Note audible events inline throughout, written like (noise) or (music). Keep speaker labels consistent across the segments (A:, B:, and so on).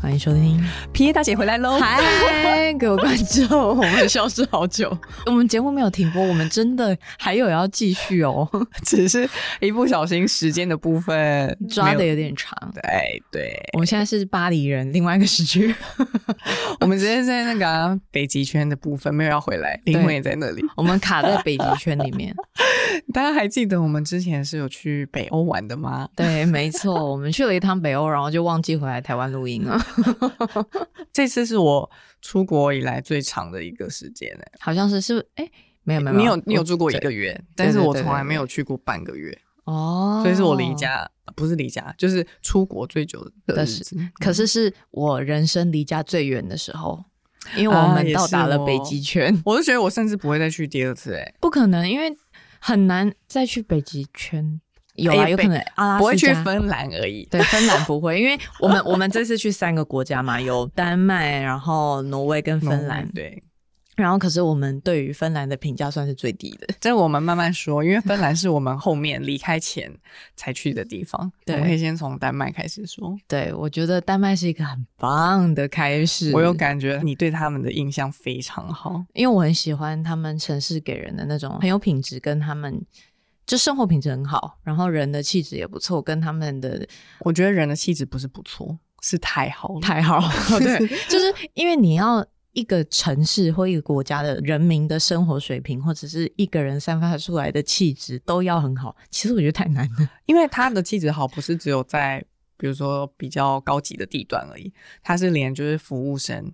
A: 欢迎收听。
B: 皮耶大姐回来 (laughs)
A: (laughs)
B: 喽！
A: 嗨，各位观众，我们消失好久， (laughs) 我们节目没有停播，我们真的还有要继续 (laughs) 哦，
B: 只是一不小心时间的部分
A: 抓的
B: 没有
A: 有点长。
B: 对对，
A: 我们现在是巴黎人，另外一个时区。
B: (laughs) 我们直接在那个啊、北极圈的部分没有要回来，灵魂也在那里。
A: 我们卡在北极圈里面。
B: (laughs) 大家还记得我们之前是有去北欧玩的吗？
A: 对，没错，我们去了一趟北欧，然后就忘记回来台湾录音
B: (laughs)
A: 了，
B: 这次是我出国以来最长的一个时间呢、
A: 好像是是哎、没有没有，
B: 啊你有你有
A: 我
B: 住过一个月，但是
A: 对对
B: 我
A: 对
B: 从来
A: 对
B: 没有去过半个月，
A: 哦，
B: 所以是我离。家不是离家，就是出国最久的
A: 的
B: 日
A: 是
B: 子。
A: 可是是我人生离家最远的时候，因为我
B: 啊
A: 们
B: 也
A: 到达
B: 是
A: 了
B: 哦
A: 北极圈，
B: 我就觉得我甚至不会再去第二次哎、
A: 不可能，因为很难再去北极圈。有啊，
B: 哎
A: 有可
B: 北
A: 能阿拉斯加
B: 不会去芬兰而已。
A: 对芬兰不会，因为我们我们这次去三个国家嘛，有丹麦，然后挪威跟芬兰。
B: 对，
A: 然后可是我们对于芬兰的评价算是最低的。
B: 这我们慢慢说，因为芬兰是我们后面离开前才去的地方。
A: (laughs) 对
B: 我们可以先从丹麦开始说。
A: 对，我觉得丹麦是一个很棒的开始。
B: 我有，感觉你对他们的印象非常好，
A: 因为我很喜欢他们城市给人的那种很有品质，跟他们就生活品质很好，然后人的气质也不错，跟他们的 (laughs)
B: 我觉得人的气质不是不错，是太好了。
A: 太好
B: (laughs)
A: 了，哦对， (laughs) 就是因为你要一个城市或一个国家的人民的生活水平，或者是一个人散发出来的气质都要很好。其实我觉得太难了，
B: 因为他的气质好，不是只有在比如说比较高级的地段而已，他是连就是服务生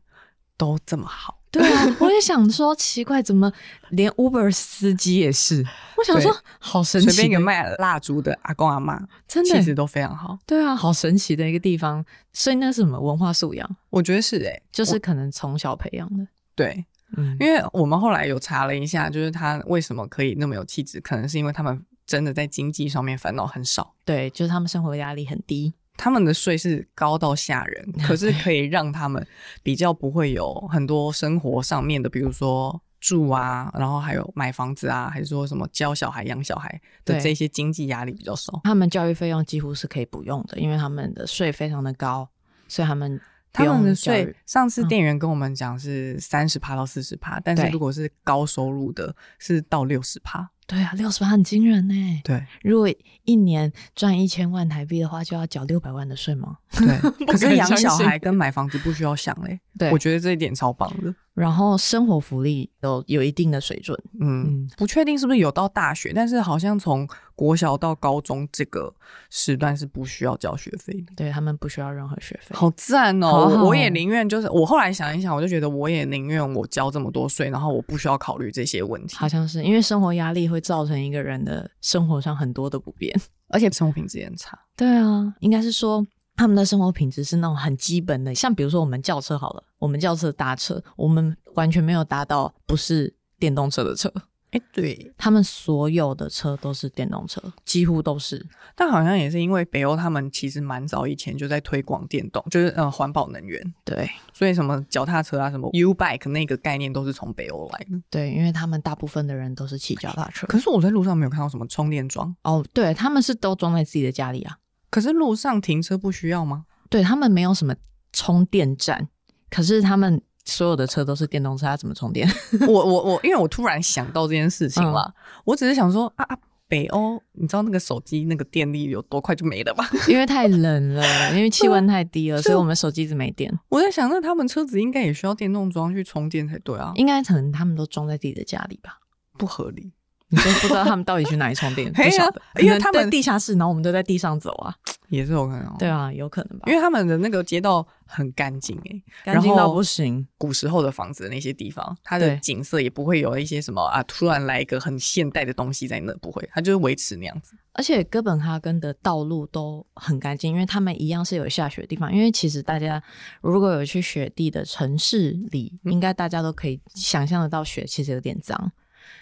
B: 都这么好。
A: 对 (laughs) 啊，我也想说奇怪，怎么连 Uber 司机也是？我想说
B: 对
A: 好神
B: 随
A: 奇
B: 便一个
A: 的，
B: 卖蜡烛的阿公阿妈，
A: 真
B: 气质
A: 的
B: 都非常好。
A: 对啊，好神奇的一个地方。所以那是什么文化素养，
B: 我觉得是诶、
A: 就是可能从小培养的，
B: 对，
A: 嗯，
B: 因为我们后来有查了一下，就是他为什么可以那么有气质，可能是因为他们真的在经济上面烦恼很少，
A: 对，就是他们生活压力很低，
B: 他们的税是高到吓人，可是可以让他们比较不会有很多生活上面的，比如说住啊，然后还有买房子啊，还是说什么教小孩、养小孩的
A: 对
B: 这些经济压力比较少。
A: 他们教育费用几乎是可以不用的，因为他们的税非常的高，所以他们不
B: 他
A: 用
B: 们的
A: 教育嗯
B: 税，上次店员跟我们讲是三十趴到四十趴，但是
A: 对
B: 如果是高收入的，是到六十趴。
A: 对啊，六十万很惊人呢。
B: 对
A: 如果一年赚一千万台币的话，就要缴六百万的税吗？ (laughs)
B: 对，可是
A: 敢
B: 养
A: 相
B: 小
A: 信
B: 孩跟买房子不需要想嘞、
A: (laughs) 对
B: 我觉得这一点超棒的。
A: 然后生活福利都有一定的水准，
B: 嗯，
A: 嗯
B: 不确定是不是有到大学，但是好像从国小到高中这个时段是不需要交学费的。
A: 对他们不需要任何学费。
B: 好赞哦！
A: 好好
B: 我我也宁愿就是我后来想一想，我就觉得我也宁愿我交这么多税，然后我不需要考虑这些问题，
A: 好像是因为生活压力会造成一个人的生活上很多的不便。
B: 而且生活品质也很差。
A: 对啊，应该是说他们的生活品质是那种很基本的，像比如说我们轿车好了，我们轿车搭车，我们完全没有搭到不是电动车的车，
B: 哎、对，
A: 他们所有的车都是电动车，几乎都是。
B: 但好像也是因为北欧他们其实蛮早以前就在推广电动，就是呃环保能源，
A: 对
B: 所以什么脚踏车啊、什么 U bike 那个概念都是从北欧来的。
A: 对，因为他们大部分的人都是骑脚踏车。
B: 可是我在路上没有看到什么充电桩，
A: 哦，对，他们是都装在自己的家里啊。
B: 可是路上停车不需要吗？ (laughs)
A: 对他们没有什么充电站，可是他们所有的车都是电动车，他怎么充电？
B: 我我我，因为我突然想到这件事情了，我只是想说啊啊，北欧，你知道那个手机那个电力有多快就没了吧？ (laughs)
A: 因为太冷了，因为气温太低了，所以我们手机一直没电。
B: 我在想，那他们车子应该也需要电动桩去充电才对啊，
A: 应该可能他们都装在自己的家里
B: (laughs)
A: 吧。
B: 不合理。
A: 你都不知道他们到底去哪里充电，不
B: (laughs) 嘿啊
A: 晓得，
B: 因为
A: 可能
B: 他们
A: 在地下室，然后我们都在地上走啊。
B: 也是有可能、哦，
A: 对，啊，有可能吧
B: 因，为他们的那个街道很干净诶、
A: 干净
B: 然
A: 到
B: 后
A: 不行。
B: 古时候的房子的那些地方，它的
A: 对
B: 景色也不会有一些什么啊，突然来一个很现代的东西在那，不会，它就是维持那样子。
A: 而且哥本哈根的道路都很干净，因为他们一样是有下雪的地方。因为其实大家如果有去雪地的城市里，
B: 嗯
A: 应该大家都可以想象得到雪其实有点脏。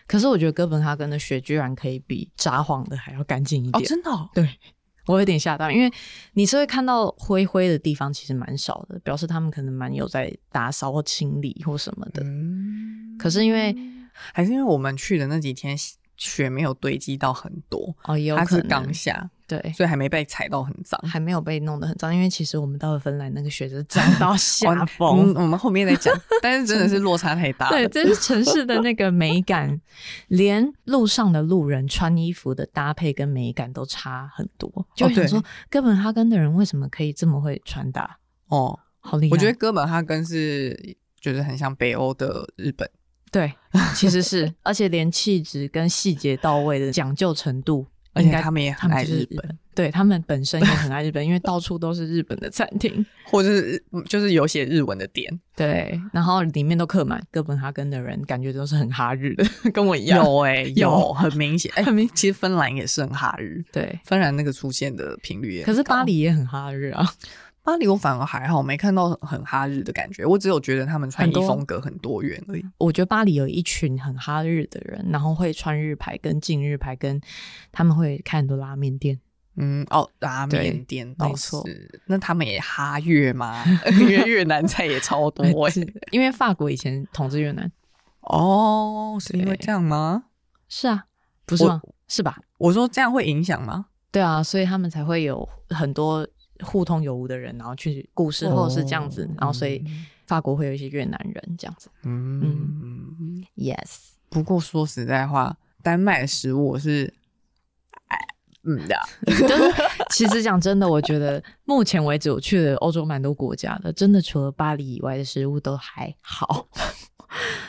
A: 可是我觉得哥本哈根的雪居然可以比札幌的还要干净一
B: 哦，
A: 点，
B: 真的、哦，
A: 我有点吓到，因为你是会看到灰灰的地方其实蛮少的，表示他们可能蛮有在打扫或清理或什么的。
B: 嗯，
A: 可是因为
B: 还是因为我们去的那几天雪没有堆积到很多，
A: 哦，也有
B: 它
A: 可
B: 是
A: 能
B: 嗯刚下，
A: 对，
B: 所以还没被踩到很脏。
A: 还没有被弄得很脏，因为其实我们到了芬兰，那个雪是脏到下
B: (laughs) 哦
A: 风。
B: 嗯我们后面
A: (laughs)
B: 再讲，但是真的是落差太大了。
A: 对，这是城市的那个美感，连路上的路人穿衣服的搭配跟美感都差很多。就会想
B: 哦对
A: 说，哥本哈根的人为什么可以这么会穿搭？
B: 哦，
A: 好厉害！
B: 我觉得哥本哈根是就是很像北欧的日本，
A: 对，其实是，而且连气质跟细节到位的讲究程度，
B: 而
A: 应
B: 且
A: 该
B: 他们也很
A: 他们
B: 爱
A: 就是
B: 日
A: 日
B: 本，
A: 本，对他们本身也很爱日本，因为到处都是日本的餐厅，
B: 或者是就是有写日文的店。
A: 对，然后里面都刻满哥本哈根的人，感觉都是很哈日的，跟我一样。
B: 有哎、
A: (laughs) 有
B: 有很
A: (laughs)
B: 明显，哎、
A: 很明
B: 其实芬兰也是很哈日，
A: 对，
B: 芬兰那个出现的频率也很
A: 可是
B: 高
A: 巴黎也很哈日啊， (laughs)
B: 巴黎我反而还好，没看到很哈日的感觉，我只有觉得他们穿
A: 很
B: 衣
A: 多
B: 风格很多元而已。
A: 我觉得巴黎有一群很哈日的人，然后会穿日牌跟近日牌，跟他们会开很多拉面店。
B: 嗯，哦，拉
A: 对
B: 面店倒
A: 没
B: 是
A: 错，
B: 那他们也哈越
A: (laughs)
B: 吗？因为越南菜也超多哎、
A: 是 (laughs) 因为法国以前统治越南，
B: 哦，是因为
A: 对
B: 这样吗？
A: 是啊，不是
B: 我
A: 吗？是吧？
B: 我说这样会影响吗？
A: 对啊，所以他们才会有很多互通有无的人，然后去古时候是这样子，
B: 哦
A: 然后所以法国会有一些越南人这样子。
B: 嗯，
A: Yes，
B: 不过说实在话，丹麦的食物我是，哎，嗯的，
A: (laughs) 就是其实讲真的，我觉得目前为止我去了欧洲蛮多国家的，真的除了巴黎以外的食物都还好。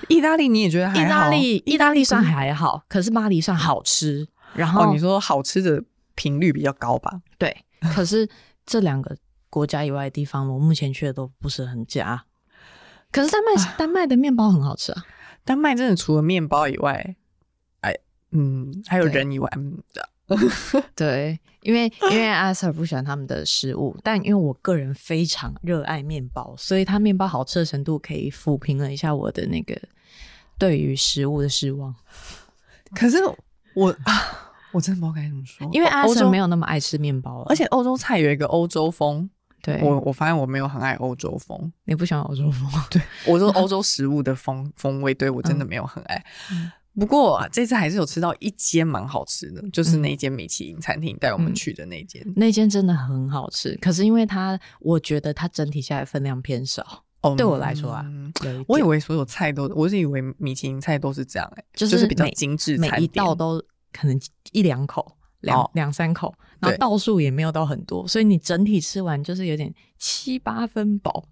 B: 意大利你也觉得
A: 意
B: 哦还好？
A: 大利，意大利算还好，可是巴黎算好吃。然后、
B: 哦，你说好吃的频率比较高吧？
A: 对，可是这两个国家以外的地方，我目前去的都不是很佳。可是丹麦，丹麦的面包很好吃啊。
B: 丹麦真的除了面包以外，哎，嗯，还有
A: 对
B: 人以外，嗯的，
A: 对，因为因为阿 Sir 不喜欢他们的食物，但因为我个人非常热爱面包，所以他面包好吃的程度可以抚平了一下我的那个对于食物的失望。
B: 可是我啊，我真的不知道该怎么说，
A: 因为阿
B: 欧
A: Sir
B: 洲
A: 没，有那么爱吃面包了，
B: 而且欧洲菜有一个欧洲风，
A: 对
B: 我我发现我没有很爱欧洲风，
A: 你不喜欢欧洲风，(laughs)
B: 我说欧洲食物的风风味，对我真
A: 嗯
B: 的没有很爱。 (laughs) 不过啊这次还是有吃到一间蛮好吃的，
A: 嗯
B: 就是那间米其林餐厅带我们去的那间。
A: 那间真的很好吃，可是因为它，我觉得它整体下来分量偏少，
B: 哦
A: 对我来说啊
B: 嗯
A: 有一
B: 我以
A: 点
B: 为所有菜都，我是以为米其林菜都是这样、欸，
A: 就是
B: 是比较
A: 每
B: 精致
A: 每
B: 餐
A: 一
B: 点，
A: 道都可能一两口。两
B: 哦
A: 两三口，然后
B: 对
A: 道数也没有到很多，所以你整体吃完就是有点七八分饱，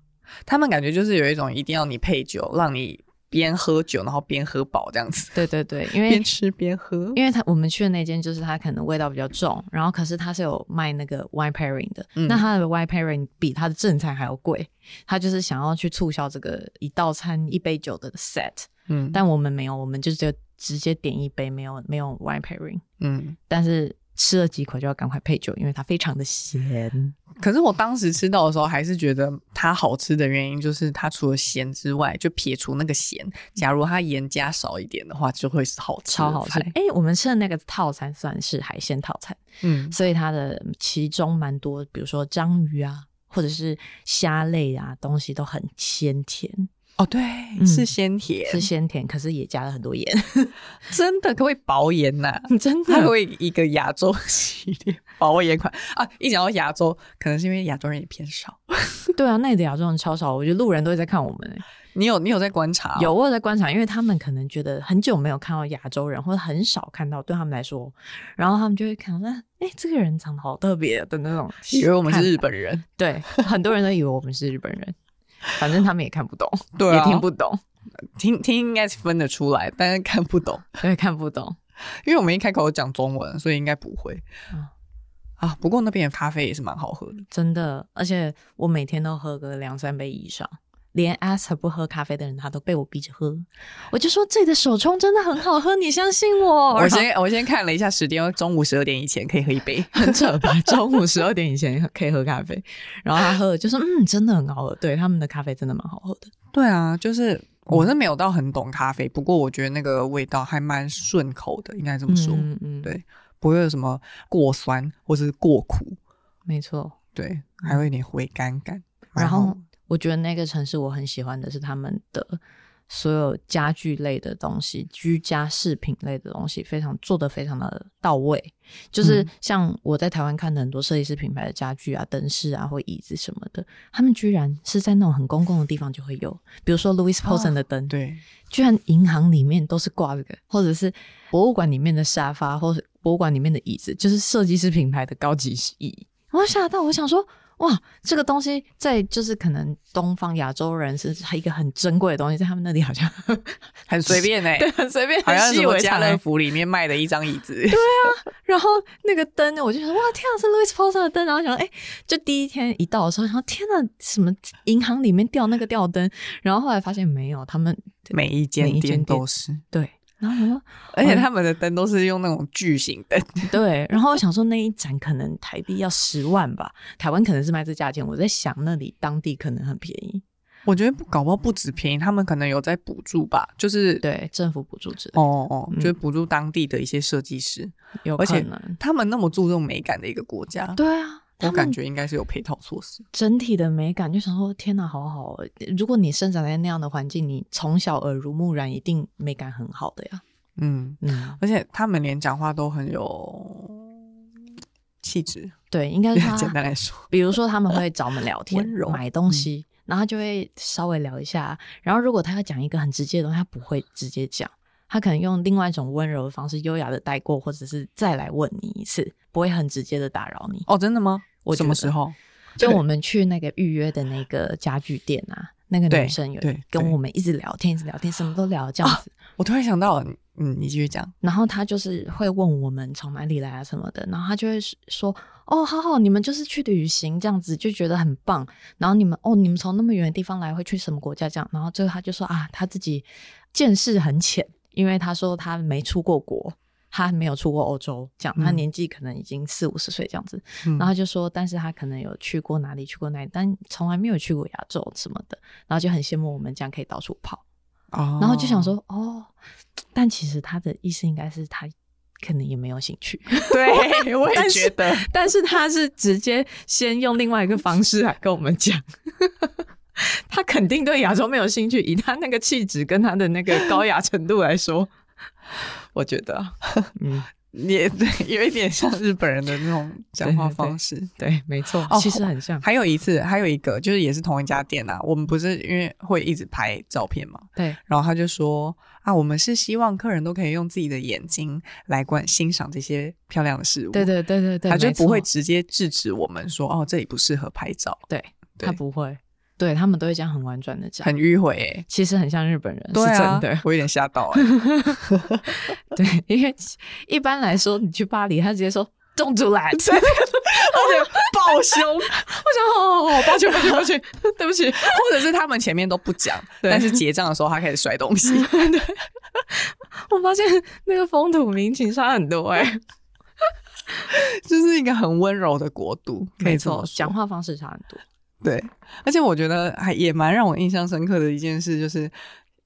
B: 他们感觉就是有一种一定要你配酒，让你边喝酒然后边喝饱这样子，
A: 对对对，因为
B: 边吃边喝。
A: 因为他我们去的那间就是它可能味道比较重，然后可是它是有卖那个 wine pairing 的，
B: 嗯
A: 那它的 wine pairing 比它的正餐还要贵，它就是想要去促销这个一道餐一杯酒的 set，
B: 嗯
A: 但我们没有，我们就只有直接点一杯，没有没有 wine pairing，
B: 嗯，
A: 但是吃了几口就要赶快配酒，因为它非常的咸，
B: 可是我当时吃到的时候，还是觉得它好吃的原因就是它除了咸之外，就撇除那个咸，假如它盐加少一点的话，就会是好吃的
A: 超好吃。
B: 菜
A: 哎、我们吃的那个套餐算是海鲜套餐，
B: 嗯，
A: 所以它的其中蛮多，比如说章鱼啊，或者是虾类啊，东西都很鲜甜，
B: 哦对，
A: 嗯
B: 是鲜甜，
A: 是鲜甜，可是也加了很多盐，
B: 真的可不可以薄盐呐、
A: (laughs) 真
B: 啊它会一个亚洲系列薄盐款啊！一讲到亚洲，可能是因为亚洲人也偏少。
A: 对啊，那里的亚洲人超少，我觉得路人都会在看我们、欸
B: 你有你有在观察哦、
A: 有我有在观察，因为他们可能觉得很久没有看到亚洲人，或者很少看到，对他们来说，然后他们就会看到，哎、诶这个人长得好特别的那种，
B: 以为我们是日本人，
A: 对，很多人都以为我们是日本人，反正他们也看不懂，
B: 对啊
A: 也听不懂，
B: 听听应该是分得出来，但是看不懂，
A: 对，看不懂，
B: 因为我们一开口就讲中文，所以应该不会。
A: 嗯
B: 啊，不过那边的咖啡也是蛮好喝的，
A: 真的，而且我每天都喝个两三杯以上，连 Esther 不喝咖啡的人，他都被我逼着喝。我就说这里的手冲真的很好喝，你相信我。(laughs)
B: 我先我先看了一下时间，中午十二点以前可以喝一杯。
A: 很扯吧？中午十二点以前可以喝咖啡，然后他喝了就说嗯，真的很好喝。对，他们的咖啡真的蛮好喝的。
B: (laughs) 对啊，就是我是没有到很懂咖啡，不过我觉得那个味道还蛮顺口的，应该这么说，
A: 嗯嗯，
B: 对不会有什么过酸或是过苦，
A: 没错。
B: 对，还会有点回甘感。
A: 然后我觉得那个城市我很喜欢的是他们的所有家具类的东西、居家饰品类的东西，非常做的非常的到位。就是
B: 嗯
A: 像我在台湾看的很多设计师品牌的家具啊、灯饰啊或椅子什么的，他们居然是在那种很公共的地方就会有，比如说 Louis Poulsen 的灯，
B: 对，
A: 居然银行里面都是挂这个，或者是博物馆里面的沙发，或者博物馆里面的椅子，就是设计师品牌的高级椅。我吓到，我想说，哇，这个东西在就是可能东方亚洲人是一个很珍贵的东西，在他们那里好像
B: 很随便 (laughs) 哎、
A: 很随便，
B: 好像
A: 很
B: 是
A: 习以
B: 我
A: 为
B: 家
A: 常欸
B: 乐福里面卖的一张椅子。
A: 然后那个灯，我就想说哇，天啊，是 Louis Poulsen 的灯。然后想说，哎、就第一天一到的时候，想说天呐，什么银行里面吊那个吊灯？然后后来发现没有，他们
B: 每一间
A: 每一
B: 店
A: 间店
B: 都是，
A: 对。然后我说，
B: 而且他们的灯都是用那种巨型灯，
A: 对，然后我想说那一盏可能台币要十万吧，台湾可能是卖这价钱，我在想那里当地可能很便宜，
B: 我觉得不搞不好不止便宜，他们可能有在补助吧，就是，
A: 对，政府补助之类的，
B: 哦哦，
A: 嗯
B: 就是补助当地的一些设计师。
A: 有
B: 而
A: 可
B: 且
A: 能。
B: 他们那么注重美感的一个国家，
A: 对啊，
B: 我
A: 他
B: 感
A: 们
B: 觉应该是有配套措施。
A: 整体的美感就想说，天哪，好好哦！如果你生长在那样的环境，你从小耳濡目染，一定美感很好的呀。
B: 嗯，
A: 嗯，
B: 而且他们连讲话都很有气质，
A: 对，应该是
B: (laughs)
A: 他
B: 简单来说，
A: 比如说他们会找我们聊天
B: 温柔，嗯
A: 买东西，然后他就会稍微聊一下。然后如果他要讲一个很直接的东西，他不会直接讲，他可能用另外一种温柔的方式，优雅的带过，或者是再来问你一次，不会很直接的打扰你。
B: 哦，真的吗？
A: 我
B: 什
A: 觉
B: 么
A: 得
B: 时候？
A: 就我们去那个预约的那个家具店啊，那个
B: 对
A: 女生有
B: 对对哦
A: 跟我们一直聊天，一直聊天，什么都聊这样子。
B: 我突然想到，嗯，你继续讲。
A: 然后他就是会问我们从哪里来啊什么的，然后他就会说：“哦，好好，你们就是去旅行这样子，就觉得很棒。然后你们哦，你们从那么远的地方来，会去什么国家这样？”然后最后他就说：“啊，他自己见识很浅，因为他说他没出过国，他没有出过欧洲，这样他
B: 嗯
A: 年纪可能已经四五十岁这样子。
B: 嗯
A: 然后他就说，但是他可能有去过哪里，去过哪里，但从来没有去过亚洲什么的，然后就很羡慕我们这样可以到处跑。”
B: 哦
A: 然后就想，说，哦，但其实他的意思应该是他可能也没有兴趣，
B: (laughs)
A: (laughs)
B: 对，我也
A: 但
B: 觉
A: 是
B: 得，
A: 但是他是直接先用另外一个方式来跟我们讲。 (laughs) 他肯定对亚洲没有兴趣，以他那个气质跟他的那个高雅程度来说， (laughs) 我觉得啊，嗯，
B: 也对，有一点像日本人的那种讲话
A: 对对对
B: 方式。
A: 对，没错，
B: 哦
A: 其实很
B: (laughs)
A: 像，
B: 还有一次，还有一个就是也是同一家店啊，我们不是因为会一直拍照片嘛，
A: 对，
B: 然后他就说啊，我们是希望客人都可以用自己的眼睛来观欣赏这些漂亮的事物，
A: 对对对对对，
B: 他就
A: 没
B: 不会
A: 错
B: 直接制止我们说哦这里不适合拍照，
A: 对，
B: 对
A: 他不会，对他们都会这样很婉转的讲，
B: 很迂回诶、
A: 其实很像日本人，
B: 对
A: 是
B: 啊，
A: 真的， (laughs)
B: 我有点吓到、欸，
A: 对，因为一般来说，你去巴黎，他直接说“动出 (laughs) 来”，我想
B: 而且爆凶，
A: 哦，哦抱歉，抱歉，抱歉， (laughs) 对不起，
B: 或者是他们前面都不讲，
A: 对
B: 但是结账的时候他开始摔东
A: (laughs)
B: 西，
A: 我发现那个风土民情差很多哎、
B: 就是一个很温柔的国度，可以
A: (laughs) 没
B: 这么
A: 错，
B: 说
A: 讲话方式差很多，
B: 对，而且我觉得还也蛮让我印象深刻的一件事，就是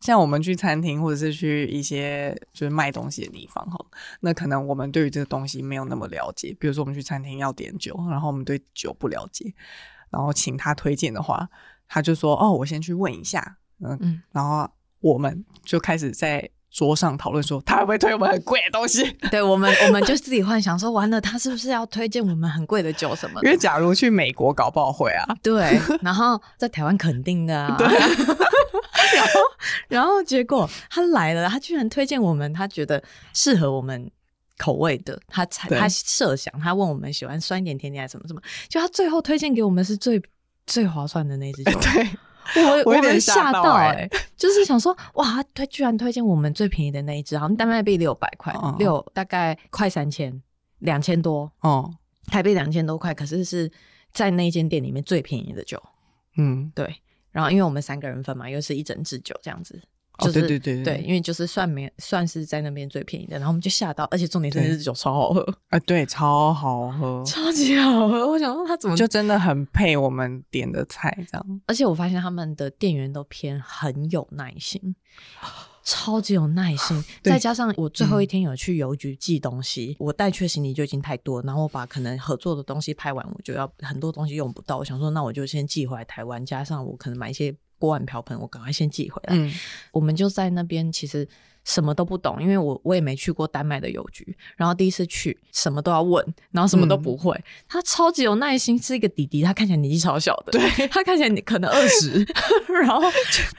B: 像我们去餐厅或者是去一些就是卖东西的地方哈，那可能我们对于这个东西没有那么了解。比如说我们去餐厅要点酒，然后我们对酒不了解，然后请他推荐的话，他就说：“哦，我先去问一下。”嗯，
A: 嗯，
B: 然后我们就开始在桌上讨论说他会不会推我们很贵的东西。
A: 对我们，我们就自己幻想说，完了，他是不是要推荐我们很贵的酒什么
B: 因
A: (laughs) 的？
B: 为假如去美国搞不好会啊， (laughs)
A: 对，然后在台湾肯定的、啊，对， (laughs) 然后然后结果他来了，他居然推荐我们他觉得适合我们口味的，他才
B: 对，
A: 他设想，他问我们喜欢酸一点、甜点还是什么什么，就他最后推荐给我们是最最划算的那支酒
B: 对。
A: 我
B: 我有点
A: 们
B: 吓
A: 吓
B: 到
A: 到
B: 欸
A: 欸就是想说哇，他推居然推荐我们最便宜的那一支，好像单卖币六百块
B: 哦，
A: 六、大概快三千，两千多
B: 哦，
A: 台币两千多块，可是是在那间店里面最便宜的酒，
B: 嗯，
A: 对。然后因为我们三个人分嘛，又是一整支酒这样子。
B: 哦
A: 就是、
B: 对对对对
A: 对，因为就是算没算是在那边最便宜的，然后我们就吓到，而且重点是那
B: 对
A: 支酒超好喝，
B: 啊，对，超好喝，
A: 超级好喝。我想说他怎么
B: 就真的很配我们点的菜，这样
A: 而且我发现他们的店员都偏很有耐心，超级有耐心。
B: 对
A: 再加上我最后一天有去邮局寄东西，我带去的行李就已经太多，然后我把可能合作的东西拍完，我就要很多东西用不到，我想说那我就先寄回来台湾，加上我可能买一些。锅碗瓢盆，我赶快先寄回来。
B: 嗯，
A: 我们就在那边，其实什么都不懂，因为我我也没去过丹麦的邮局，然后第一次去，什么都要问，然后什
B: 嗯
A: 么都不会。他超级有耐心，是一个弟弟，他看起来年纪超小的，
B: 对，
A: 他看起来你可能二十， (laughs) 然后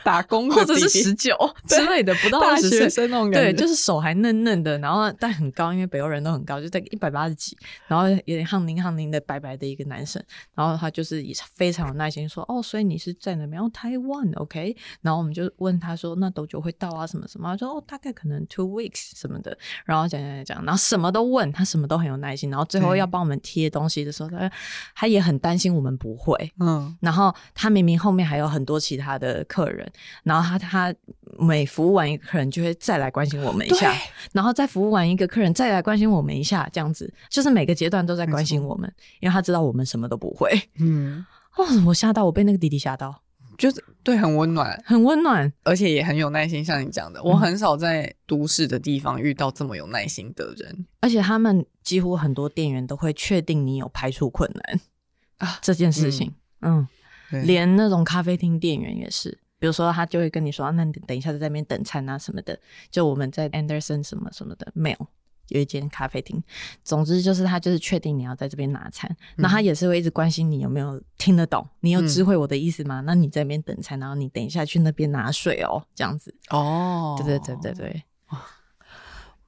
B: 打工
A: 或者是
B: 弟弟
A: 十九之类的，不到
B: 大
A: 二十岁。
B: 学生那种感
A: 对，
B: 觉，
A: 就是手还嫩嫩的，然后但很高，因为北欧人都很高，就在一百八十几，然后有点憨宁憨宁的白白的一个男生，然后他就是也非常有耐心说，哦，所以你是在哪边？哦，台湾，OK。然后我们就问他说，那多久会到啊？什么什么？他说哦，大概可能 two weeks 什么的。然后讲讲讲讲，然后什么都问，他什么都很有耐心。然后最后
B: 对
A: 要帮我们贴东西的时候，他哎他也很担心我们不会，
B: 嗯，
A: 然后他明明后面还有很多其他的客人，然后他他每服务完一个客人就会再来关心我们一下
B: 对，
A: 然后再服务完一个客人再来关心我们一下，这样子就是每个阶段都在关心我们，因为他知道我们什么都不会。
B: (laughs) 嗯，
A: 哦，我吓到，我被那个弟弟吓到，
B: 就是对，很温暖，
A: 很温暖。
B: 而且也很有耐心，像你讲的，
A: 嗯
B: 我很少在都市的地方遇到这么有耐心的人
A: 而且他们几乎很多店员都会确定你有排除困难
B: 啊，
A: 这件事情，嗯
B: 对
A: 连那种咖啡厅店员也是，比如说他就会跟你说，啊那你等一下在那边等餐啊什么的。就我们在 Anderson 什么什么的 Mail 有一间咖啡厅，总之就是他就是确定你要在这边拿餐，那、他也是会一直关心你有没有听得懂，你有
B: 嗯
A: 知会我的意思吗？那你在那边等餐，然后你等一下去那边拿水哦，这样子。
B: 哦，
A: 对对对对对，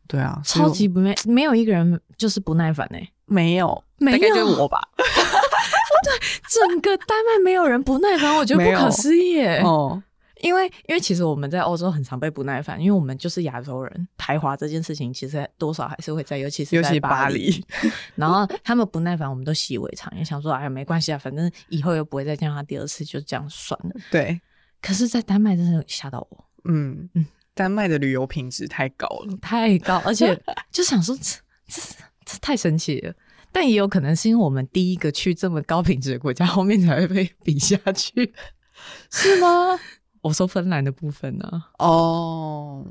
B: 对啊，所以
A: 超
B: 我
A: 级不没没有一个人就是不耐烦哎、
B: 没有，
A: 没
B: 大概就
A: 有
B: 是我吧，
A: 整个丹麦没有人不耐烦，我觉得
B: 没
A: 不
B: 有
A: 可思议欸耶。
B: 哦，
A: 因为因为其实我们在欧洲很常被不耐烦，因为我们就是亚洲人，排华这件事情其实多少还是会在，尤其是
B: 尤
A: 在
B: 其
A: 巴
B: 巴黎，
A: 然后他们不耐烦，我们都习以为常，也想说哎呀没关系啊，反正以后又不会再见到他第二次，就这样算了。
B: (laughs) 对，
A: 可是，在丹麦真的有吓到我，
B: 嗯
A: 嗯
B: 丹麦的旅游品质太高了，
A: 太高，而 (laughs) 且就想说这这这太神奇了。但也有可能是因为我们第一个去这么高品质的国家，后面才会被比下去， (laughs) 是吗？ (laughs) 我说芬兰的部分呢、
B: 哦。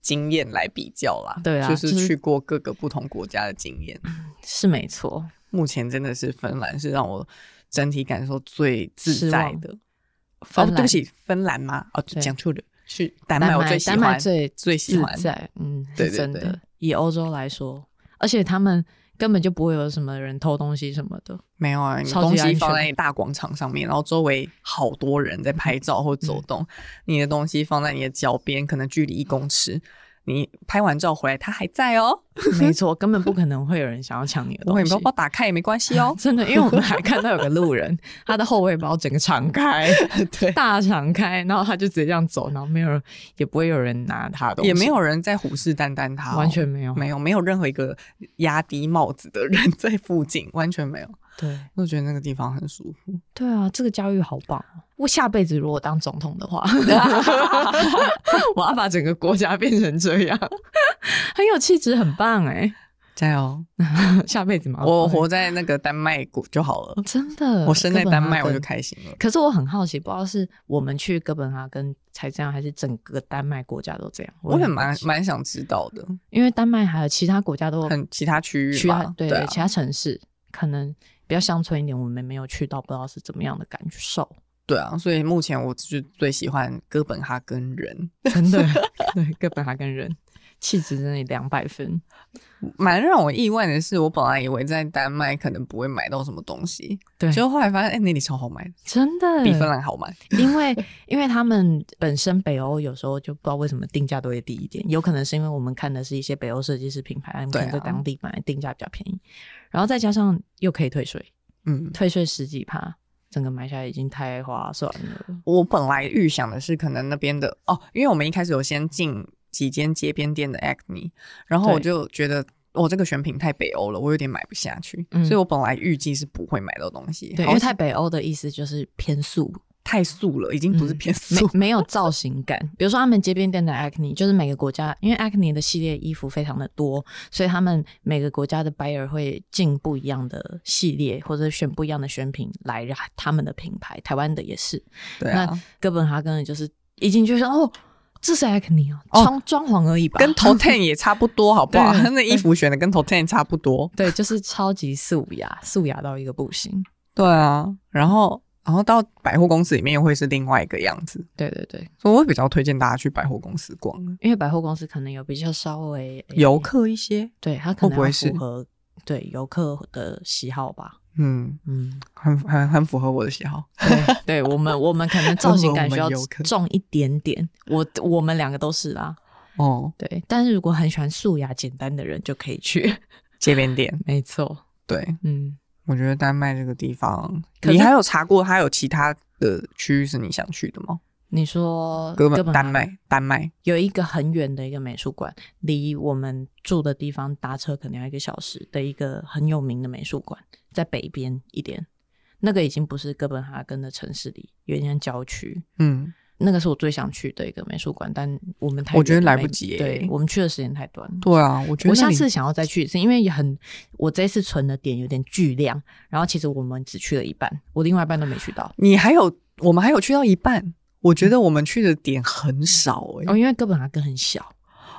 B: 经验来比较啦，
A: 对啊
B: 就
A: 就是是
B: 去过各个不同国家的经验。
A: 是没错，
B: 目前真的是芬兰是让我整体感受最自在的。
A: 芬兰
B: 哦，对不起，芬兰吗？哦，
A: 对
B: 讲错了，是丹
A: 丹
B: 麦，
A: 麦
B: 我最喜
A: 丹麦
B: 欢，
A: 最
B: 最喜欢
A: 自在，嗯，是
B: 对对
A: 真的。
B: 对
A: 以欧洲来说，而且他们根本就不会有什么人偷东西什么
B: (laughs)
A: 的，
B: 没有啊，你
A: 超级安
B: 东西
A: 全
B: 放在大广场上面，然后周围好多人在拍
A: 嗯
B: 照或走动，你的东西放在你的脚边，可能距离一公尺，你拍完照回来它还在哦，
A: 没错，根本不可能会有人想要抢你的
B: 如果
A: 东
B: 你
A: 西 (laughs)
B: 包。包打开也没关系哦。
A: 真的，因为我们还看到有个路人，他的后背包整个敞开，
B: (laughs) 对，
A: 大敞开，然后他就直接这样走，然后没有人，也不会有人拿他的东西，
B: 也没有人在虎视眈眈它哦、
A: 完全没有，
B: 没有，没有任何一个压低帽子的人 (laughs) 在附近，完全没有。
A: 对
B: 我觉得那个地方很舒服。
A: 对啊，这个教育好棒哦！我下辈子如果当总统的 (laughs) 话，我要把整个国家变成这样， (laughs) 很有气质，很棒哎！
B: 加油！
A: 下辈子嘛，
B: 我活在那个丹麦国就好了。
A: 哦真的，
B: 我生在丹麦
A: 哥本哈
B: 我
A: 根
B: 就。开心了。
A: 可是我很好奇，不知道是我们去哥本哈根才这样，还是整个丹麦国家都这样？
B: 我
A: 也
B: 也
A: 很好
B: 蛮
A: 奇
B: 蛮想知道的，
A: 因为丹麦还有其他国家都有
B: 很其他区域
A: 其他
B: 嘛，
A: 对
B: 啊
A: 其他城市可能比较乡村一点，我们没有去到，不知道是怎么样的感受。
B: 对啊，所以目前我就最喜欢哥本哈根人，
A: 真的， (laughs) 对哥本哈根人气质真的两百分。
B: 蛮让我意外的是，我本来以为在丹麦可能不会买到什么东西，
A: 对
B: 结果后来发现，哎、那里超好买的，
A: 真的，
B: 比芬兰好买。
A: 因为因为他们本身北欧有时候就不知道为什么定价都会低一点，有可能是因为我们看的是一些北欧设计师品牌，他们可能
B: 对
A: 在
B: 啊
A: 当地买定价比较便宜，然后再加上又可以退税，
B: 嗯，
A: 退税十几趴，整个买下来已经太划算了。
B: 我本来预想的是，可能那边的哦，因为我们一开始有先进几间街边店的 Acne，然后我
A: 对
B: 就觉得我、这个选品太北欧了，我有点买不下去，
A: 嗯
B: 所以我本来预计是不会买到东西，
A: 对，
B: 好
A: 因为太北欧的意思就是偏素，
B: 太素了，已经不是偏素。
A: 嗯没没有造型感。比如说他们街边店的 Acne，就是每个国家，因为 Acne 的系列衣服非常的多，所以他们每个国家的 buyer 会进不一样的系列，或者选不一样的选品来让他们的品牌。台湾的也是，
B: 对
A: 那
B: 啊，
A: 哥本哈根的就是一进去就说哦，这是 Acne 哦，
B: 哦
A: 装装潢而已吧，
B: 跟头 ten 也差不多，好不
A: (laughs)
B: 好？
A: 对
B: 他那衣服选的跟头 ten 差不多。
A: (laughs) 对，就是超级素雅，素雅到一个不行。
B: 对啊，然后然后到百货公司里面又会是另外一个样子，
A: 对对对，
B: 所以我会比较推荐大家去百货公司逛，
A: 因为百货公司可能有比较稍微诶
B: 游客一些。
A: 对他可
B: 会
A: 能
B: 不会
A: 要
B: 是
A: 符合对游客的喜好吧。
B: 嗯，
A: 嗯，
B: 很很很符合我的喜好。
A: 对，对我们我们可能造型感需要
B: (laughs) 我们游客
A: 重一点点。我我们两个都是啦，
B: 哦，
A: 对。但是如果很喜欢素雅简单的人就可以去，
B: 街边店，
A: 没错。
B: 对
A: 嗯，
B: 我觉得丹麦这个地方，
A: 可是
B: 你还有查过它有其他的区域是你想去的吗？
A: 你说
B: 哥
A: 哥
B: 本
A: 本
B: 丹
A: 哈
B: 麦，丹麦
A: 有一个很远的一个美术馆，离我们住的地方搭车可能要一个小时的一个很有名的美术馆，在北边一点。那个已经不是哥本哈根的城市里，有点像郊区。
B: 嗯，
A: 那个是我最想去的一个美术馆，但我们太
B: 我觉得
A: 远了
B: 来不
A: 没
B: 及耶
A: 对我们去的时间太短了。
B: 对啊，我觉得
A: 我下
B: 那里
A: 次想要再去一次，因为也很我这次存的点有点巨量，然后其实我们只去了一半，我另外一半都没去到。
B: 你还有我们还有去到一半，我觉得我们去的点很少哎、
A: 嗯哦，因为哥本哈根很小，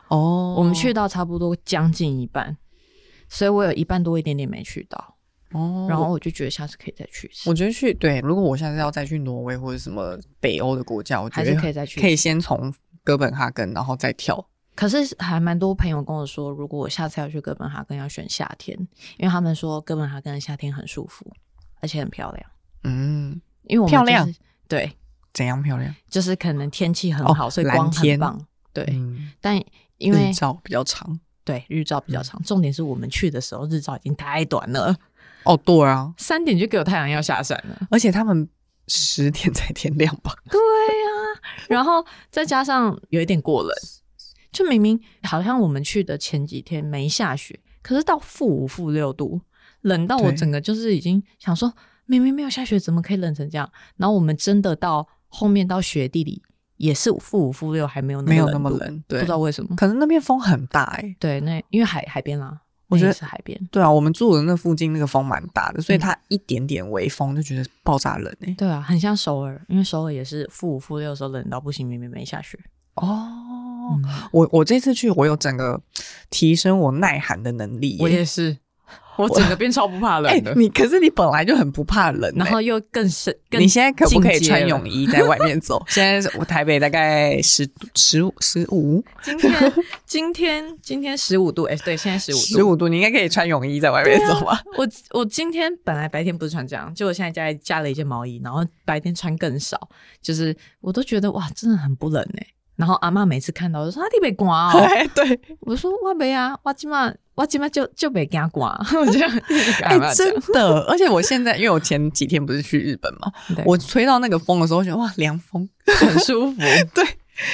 B: 哦
A: 我们去到差不多将近一半，所以我有一半多一点点没去到，
B: 哦，
A: 然后我就觉得下次可以再去一次
B: 我。觉得去对，如果我下次要再去挪威或者什么北欧的国家，我觉
A: 还
B: 得
A: 是可以再去一次
B: 可以先从哥本哈根，然后再跳。
A: 可是还蛮多朋友跟我说，如果我下次要去哥本哈根，要选夏天，因为他们说哥本哈根的夏天很舒服，而且很漂亮。
B: 嗯，
A: 因为我们、
B: 漂亮，
A: 对，
B: 怎样漂亮？
A: 就是可能天气很
B: 哦
A: 好，所以
B: 蓝
A: 光
B: 天
A: 很棒。对，
B: 嗯，
A: 但因为
B: 日照比较长。
A: 对，日照比较长。重点是我们去的时候日照已经太短了，
B: 哦，对啊，
A: 三点就给我太阳要下山了。 (laughs)
B: 而且他们十点才天亮吧？ (laughs)
A: 对呀、然后再加上有一点过冷，就明明好像我们去的前几天没下雪，可是到负五负六度，冷到我
B: 对
A: 整个就是已经想说，明明没有下雪，怎么可以冷成这样？然后我们真的到后面到雪地里也是负五负六，还没有那
B: 没有
A: 么
B: 那么
A: 度，
B: 冷，
A: 不
B: 对
A: 知。道为什么。
B: 可能那边风很大哎、
A: 对，那因为海海边啦，
B: 我
A: 那
B: 觉
A: 也
B: 得
A: 是海边。
B: 对啊，我们住的那附近那个风蛮大的，所
A: 嗯
B: 以它一点点微风就觉得爆炸冷哎、
A: 对啊，很像首尔，因为首尔也是负五负六的时候冷到不行，明明没下雪。
B: 哦
A: 嗯，
B: 我我这次去，我有整个提升我耐寒的能力耶、
A: 是，我整个变超不怕
B: 哎、你可是你本来就很不怕冷、欸
A: 然后又更深。更
B: 你现在可不可以
A: 进阶了
B: 穿泳？衣在外面走？现在是我台北大概十十十五
A: 今 (laughs) 天今天今天十五度，哎、对，现在十五
B: 十
A: 度。啊
B: 五度，你应该可以穿泳衣在外面走吧？
A: 我我今天本来白天不是穿这样，结果现在加加了一件毛衣，然后白天穿更少，就是我都觉得哇，真的很不冷哎、然后阿嬷每次看到我就说：“啊，你别刮哦。
B: 哎、 (laughs) 对，
A: 我说：“我没啊，我今晚我今晚就就别惊刮。”我 (laughs) 这样，
B: 哎、
A: 哎
B: 真的，而且我现在因为我前几天不是去日本嘛，我吹到那个风的时候，我觉得哇，凉风，
A: 很舒服，
B: 对，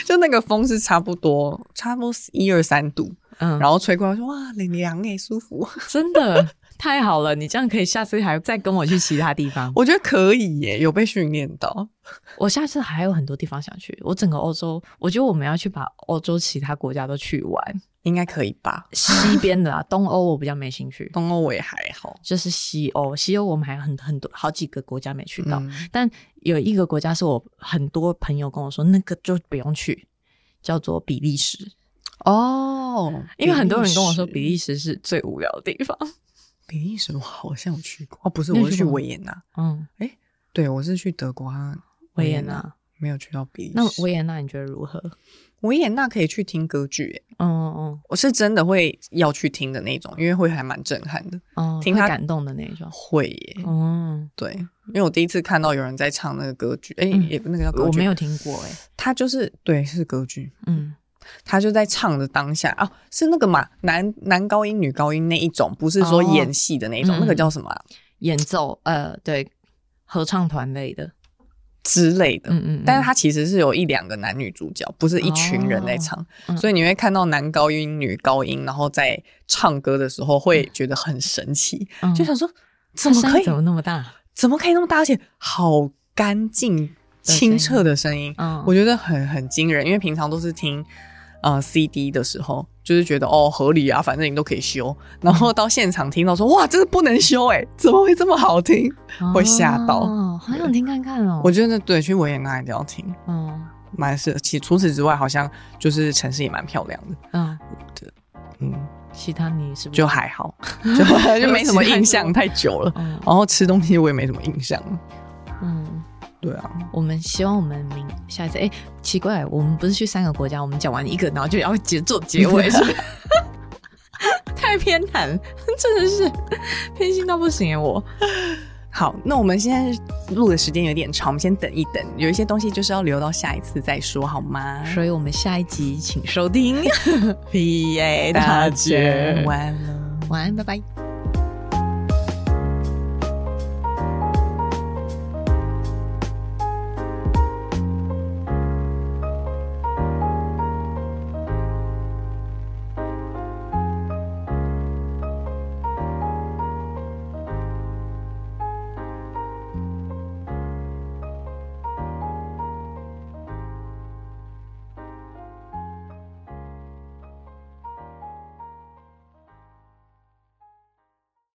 B: 就那个风是差不多，差不多一二三度，
A: (laughs) 嗯，
B: 然后吹过来我说哇，凉凉哎，舒服， (laughs)
A: (laughs) 真的太好了，你这样可以下次还再跟我去其他地方。我
B: 我觉得可以耶，有被训练到，
A: 我下次还有很多地方想去，我整个欧洲，我觉得我们要去把欧洲其他国家都去完。
B: 应该可以吧？
A: 西边的啦，啊东欧我比较没兴趣，
B: 东欧我也还好，
A: 就是西欧，西欧我们还有很很多好几个国家没去到，
B: 嗯
A: 但有一个国家是我很多朋友跟我说那个就不用去，叫做比利时，
B: 哦，
A: 因为很多人跟我说比
B: 利
A: 利时是最无聊的地方。
B: 比利时，我好像有去过哦，不是，
A: 你有
B: 我是
A: 去
B: 去
A: 过吗
B: 维也纳，
A: 嗯，
B: 对我是去德国啊，
A: 维也纳，
B: 没有去到比利时。
A: 那嗯维也纳你觉得如何？
B: 维也纳可以去听歌剧耶，
A: 嗯嗯
B: 我是真的会要去听的那种，因为会还蛮震撼的。
A: 嗯，
B: 听
A: 会
B: 他
A: 感动的那一种。
B: 会耶，
A: 嗯，
B: 对，因为我第一次看到有人在唱那个歌剧，哎、
A: 嗯
B: 也不那个叫歌剧，
A: 我没有，听过哎、
B: 他就是对，是歌剧，
A: 嗯，
B: 他就在唱的当下哦，是那个嘛，男男高音、女高音那一种，不是说
A: 哦
B: 演戏的那一种，
A: 嗯
B: 那个叫什么啊、
A: 演奏呃，对，合唱团类的，
B: 之类的。
A: 嗯嗯，
B: 但是它其实是有一两个男女主角，不是一群人在唱，
A: 嗯
B: 所以你会看到男高音、女高音，然后在唱歌的时候会觉得很神奇，
A: 嗯
B: 就想说
A: 他
B: 怎么
A: 声音
B: 可以
A: 怎么那么大？
B: 怎么可以那么大，而且好干净清澈的声音，
A: 嗯
B: 我觉得很很惊人，因为平常都是听呃 CD 的时候，就是觉得哦合理啊，反正你都可以修，然后到现场听到说哇，这个不能修哎、怎么会这么好听？会吓到
A: 哦，好想听看看哦。
B: 我觉得对，去维也纳一定要听，
A: 嗯
B: 蛮是。其除此之外，好像就是城市也蛮漂亮的，
A: 嗯，
B: 嗯，
A: 其他你是不是
B: 就还好， (laughs) 就就没什么印象，太久了。
A: 嗯
B: 然后吃东西我也没什么印象，
A: 嗯，
B: 对啊，
A: 我们希望我们明下一次哎，奇怪，我们不是去三个国家，我们讲完一个，然后就要结做结
B: (laughs)
A: 尾，是不是太偏袒，真的是偏心到不行哎，我
B: 好，那我们现在录的时间有点长，我们先等一等，有一些东西就是要留到下一次再说，好吗？
A: 所以我们下一
B: (laughs)
A: 集请收听
B: P A
A: 大姐
B: 完了。
A: 晚安，拜拜。